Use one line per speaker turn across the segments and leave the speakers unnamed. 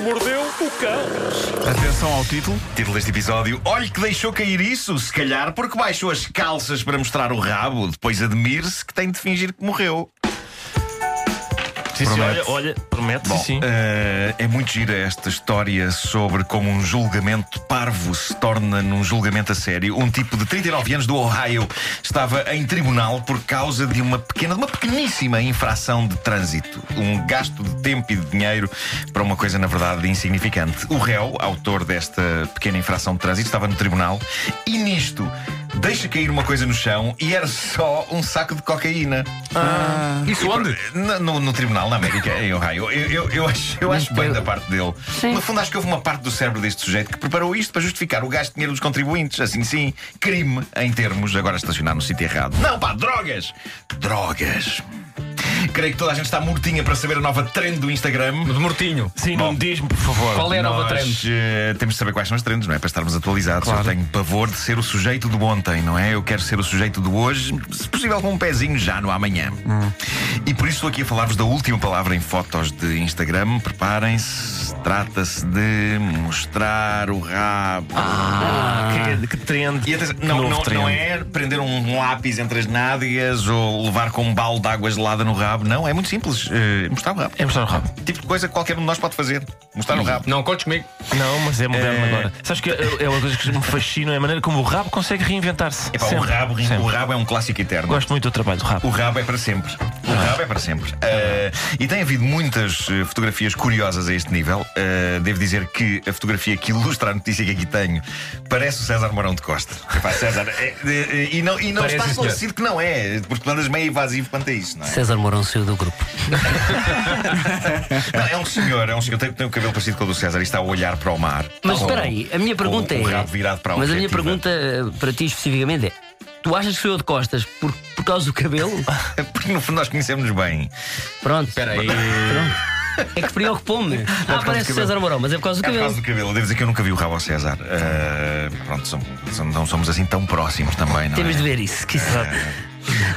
mordeu o cão.
Atenção ao título.
Título deste episódio: Olhe que deixou cair isso, se calhar porque baixou as calças para mostrar o rabo. Depois admire-se que tem de fingir que morreu.
Sim, sim,
Promete.
olha, olha, promete,
Bom,
sim.
eh, é muito gira esta história sobre como um julgamento parvo se torna num julgamento a sério. Um tipo de 39 anos do Ohio estava em tribunal por causa de uma pequena, de uma pequeníssima infração de trânsito. Um gasto de tempo e de dinheiro para uma coisa, na verdade, insignificante. O réu, autor desta pequena infração de trânsito, estava no tribunal e nisto deixa cair uma coisa no chão e era só um saco de cocaína.
Isso onde?
Na- No, no tribunal, na América, em Ohio. Eu, eu, eu acho, eu acho bem da parte dele. No fundo, acho que houve uma parte do cérebro deste sujeito que preparou isto para justificar o gasto de dinheiro dos contribuintes. Assim, sim, crime em termos, agora estacionar no sítio errado. Não, pá, drogas! Drogas. Creio que toda a gente está mortinha para saber a nova trend do Instagram.
De Mortinho.
Sim, não me diz-me, por favor.
Qual é a nova
Nós,
trend?
eh, temos de saber quais são as trends, não é? Para estarmos atualizados.
Claro.
Eu tenho pavor de ser o sujeito do ontem, não é? Eu quero ser o sujeito do hoje, se possível com um pezinho já no amanhã. E por isso estou aqui a falar-vos da última palavra em fotos de Instagram. Preparem-se. Trata-se de mostrar o rabo.
Ah, que, que trend.
E atenção,
que
não,
novo
não,
trend.
não é prender um lápis entre as nádegas ou levar com um balde de água gelada no rabo. Não, é muito simples. eh, mostrar o rabo.
É mostrar o rabo.
Tipo de coisa que qualquer um de nós pode fazer. Mostrar o rabo.
Não contes comigo.
Não, mas é moderno
É.
agora. Sabes que é é uma coisa que me fascina, é a maneira como o rabo consegue reinventar-se.
Epá, o,
Sempre,
rabo, o
sempre.
rabo é um clássico eterno.
Gosto muito do trabalho do
O
rabo.
rabo é para sempre. O rabo é para sempre. Eh, e tem havido muitas eh, fotografias curiosas a este nível. Eh, devo dizer que a fotografia que ilustra a notícia que aqui tenho parece o César Mourão de Costa. Epá, César, eh, eh, e não, e não
Parece,
está
sim, senhor.
esclarecido que não é, porque tu andas meio evasivo quanto a isso, não é?
César Mourão saiu do grupo.
Não, é um senhor, é um senhor. Tem, tem o cabelo parecido com o do César e está a olhar para o mar.
Mas
Com-
espera aí, a minha
com
pergunta
o
é.
rabo oh, um virado para a
mas a minha
objetiva.
pergunta eh, para ti especificamente é: tu achas que sou eu de costas por, por causa do cabelo?
Porque no fundo nós conhecemos bem.
Pronto.
Espera aí.
Pronto. É que preocupou-me. Ah,
do
parece
cabelo.
César Mourão, mas é por causa do
É por
cabelo.
causa do cabelo. Devo dizer que eu nunca vi o rabo ao César. Ah, pronto, som- som- não somos assim tão próximos também, não
Temos
é?
de ver isso. que isso-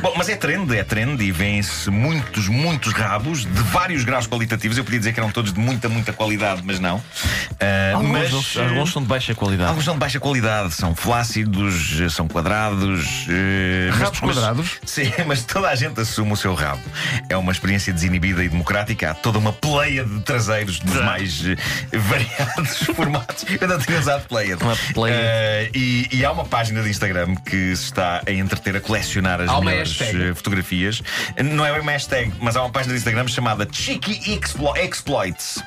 Bom, mas é trend, é trend e vêm-se muitos, muitos rabos de vários graus qualitativos. Eu podia dizer que eram todos de muita, muita qualidade, mas não. Ah,
Alguns,
mas,
deles- alguns são de baixa qualidade.
Alguns são um de baixa qualidade, são flácidos, eh, são quadrados. eh, mas-
Rabos
mas-
quadrados?
Sim, mas toda a gente assume o seu rabo. É uma experiência desinibida e democrática. Há toda uma pleia de traseiros dos mais eh, variados formatos. Eu não tinha usado player.
Uma pleia.
Eh, e, e há uma página de Instagram que se está a entreter a colecionar as
Há uma
melhores
hashtag.
eh, fotografias. Não é uma hashtag, mas há uma página de Instagram chamada Cheeky Explo- Exploits.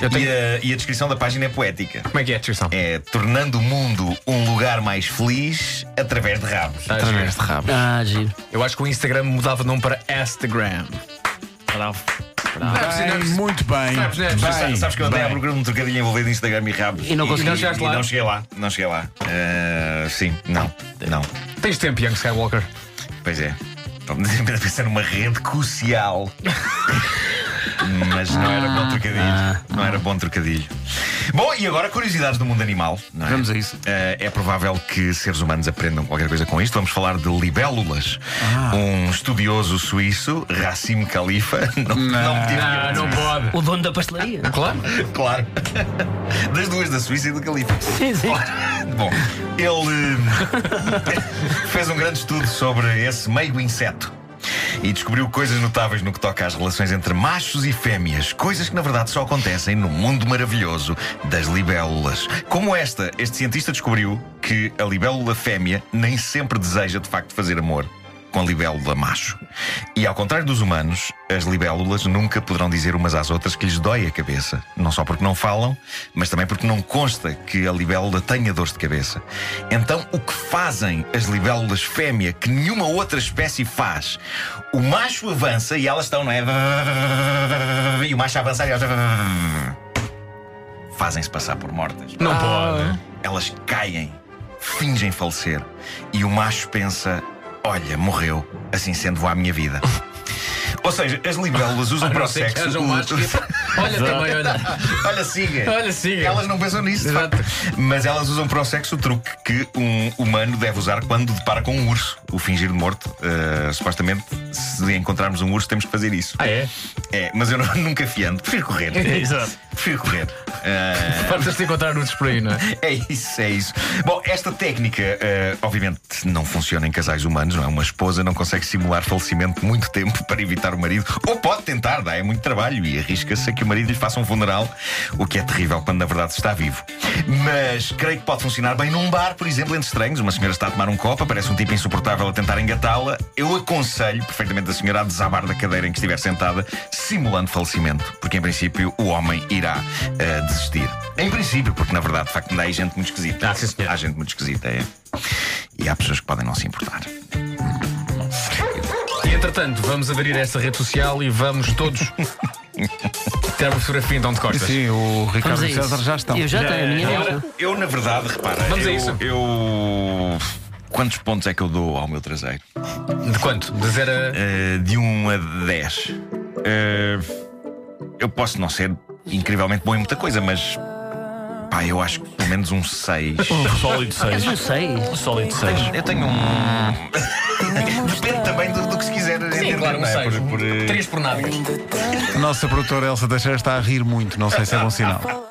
Eu tenho-
E a- e a descrição da página é poética
Como é que é a descrição?
é tornando o mundo um lugar mais feliz através de rabos.
Ah,
Através de rabo.
Ah, giro.
Eu acho que o Instagram mudava de nome para Instagram.
Bravo.
Sabes,
Bem, muito bem.
Sabes, né?
Sabes, sabes que eu andei
bem.
à procura de um trocadilho envolvido em Instagram e rabos.
E não conseguiste?
Não chegaste lá?
Não cheguei lá. Não cheguei lá. Ah, sim, não. Não.
Tens tempo, Young Skywalker.
Pois é. Estou-me a pensar numa rede crucial. Mas não era bom
Ah.
trocadilho. Não era bom trocadilho. Bom, e agora curiosidades do mundo animal. não é?
Vamos a isso.
Eh, é provável que seres humanos aprendam qualquer coisa com isto. Vamos falar de libélulas.
Ah.
Um estudioso suíço, Racim Khalifa, não, não, me tive
Ah, não pode.
O dono da pastelaria.
Claro.
Claro. Das duas, da Suíça e do Califa.
Sim, sim.
Bom, ele eh, fez um grande estudo sobre esse meio inseto. E descobriu coisas notáveis no que toca às relações entre machos e fêmeas. Coisas que, na verdade, só acontecem no mundo maravilhoso das libélulas. Como esta, este cientista descobriu que a libélula fêmea nem sempre deseja, de facto, fazer amor com a libélula macho. E, ao contrário dos humanos, as libélulas nunca poderão dizer umas às outras que lhes dói a cabeça. Não só porque não falam, mas também porque não consta que a libélula tenha dores de cabeça. Então, o que fazem as libélulas fêmea que nenhuma outra espécie faz? O macho avança e elas estão, não é? E o macho avança e elas. Fazem-se passar por mortas.
Não pode.
Elas caem, fingem falecer e o macho pensa: olha, morreu, assim sendo vou à minha vida. Ou seja, as libélulas usam para o
Sei que
sexo.
haja
o-
um macho que- Olha também, olha.
Olha, siga.
Olha, siga.
Elas não pensam nisso, de
Exato.
facto. Mas elas usam para o sexo o truque que um humano deve usar quando depara com um urso. O fingir de morto, eh, supostamente, se encontrarmos um urso, temos que fazer isso.
Ah, é?
É, mas eu não- nunca fiando, prefiro correr.
Exato.
Prefiro correr. Ah,
Fartas de encontrar nudes por aí, não é?
É isso, é isso. Bom, esta técnica, eh, obviamente, não funciona em casais humanos, não é? Uma esposa não consegue simular falecimento muito tempo para evitar o marido. Ou pode tentar, dá, é muito trabalho e arrisca-se a que o marido lhe faça um funeral, o que é terrível quando na verdade está vivo. Mas creio que pode funcionar bem num bar, por exemplo, entre estranhos. Uma senhora está a tomar um copo, aparece um tipo insuportável a tentar engatá-la. Eu aconselho perfeitamente a senhora a desabar da cadeira em que estiver sentada, simulando falecimento, porque em princípio o homem irá eh, desistir. Em princípio, porque na verdade, de facto, ainda há aí gente muito esquisita.
Ah, sim, senhor.
há gente muito esquisita, é. E há pessoas que podem não se importar.
E entretanto, vamos aderir a esta rede social e vamos todos tirar uma fotografia então de costas.
Sim, o
Vamos
Ricardo
a
e César
isso.
já estão.
Eu já tenho, a minha
Agora-
dela.
Eu, na verdade, repara,
Vamos a
eu,
isso.
eu. Quantos pontos é que eu dou ao meu traseiro?
De quanto? De zero a.
Eh, de 1 a 10. Eh, eu posso não ser incrivelmente bom em muita coisa, mas. Pá, eu acho que pelo menos um 6.
Um sólido
Mas
6.
não sei.
Um sólido 6.
Eu tenho um. Depende também do, do que se quiser entender, não é? Por- por, eh,
Três por nada.
A nossa produtora Elsa Teixeira está a rir muito, não sei se é bom sinal.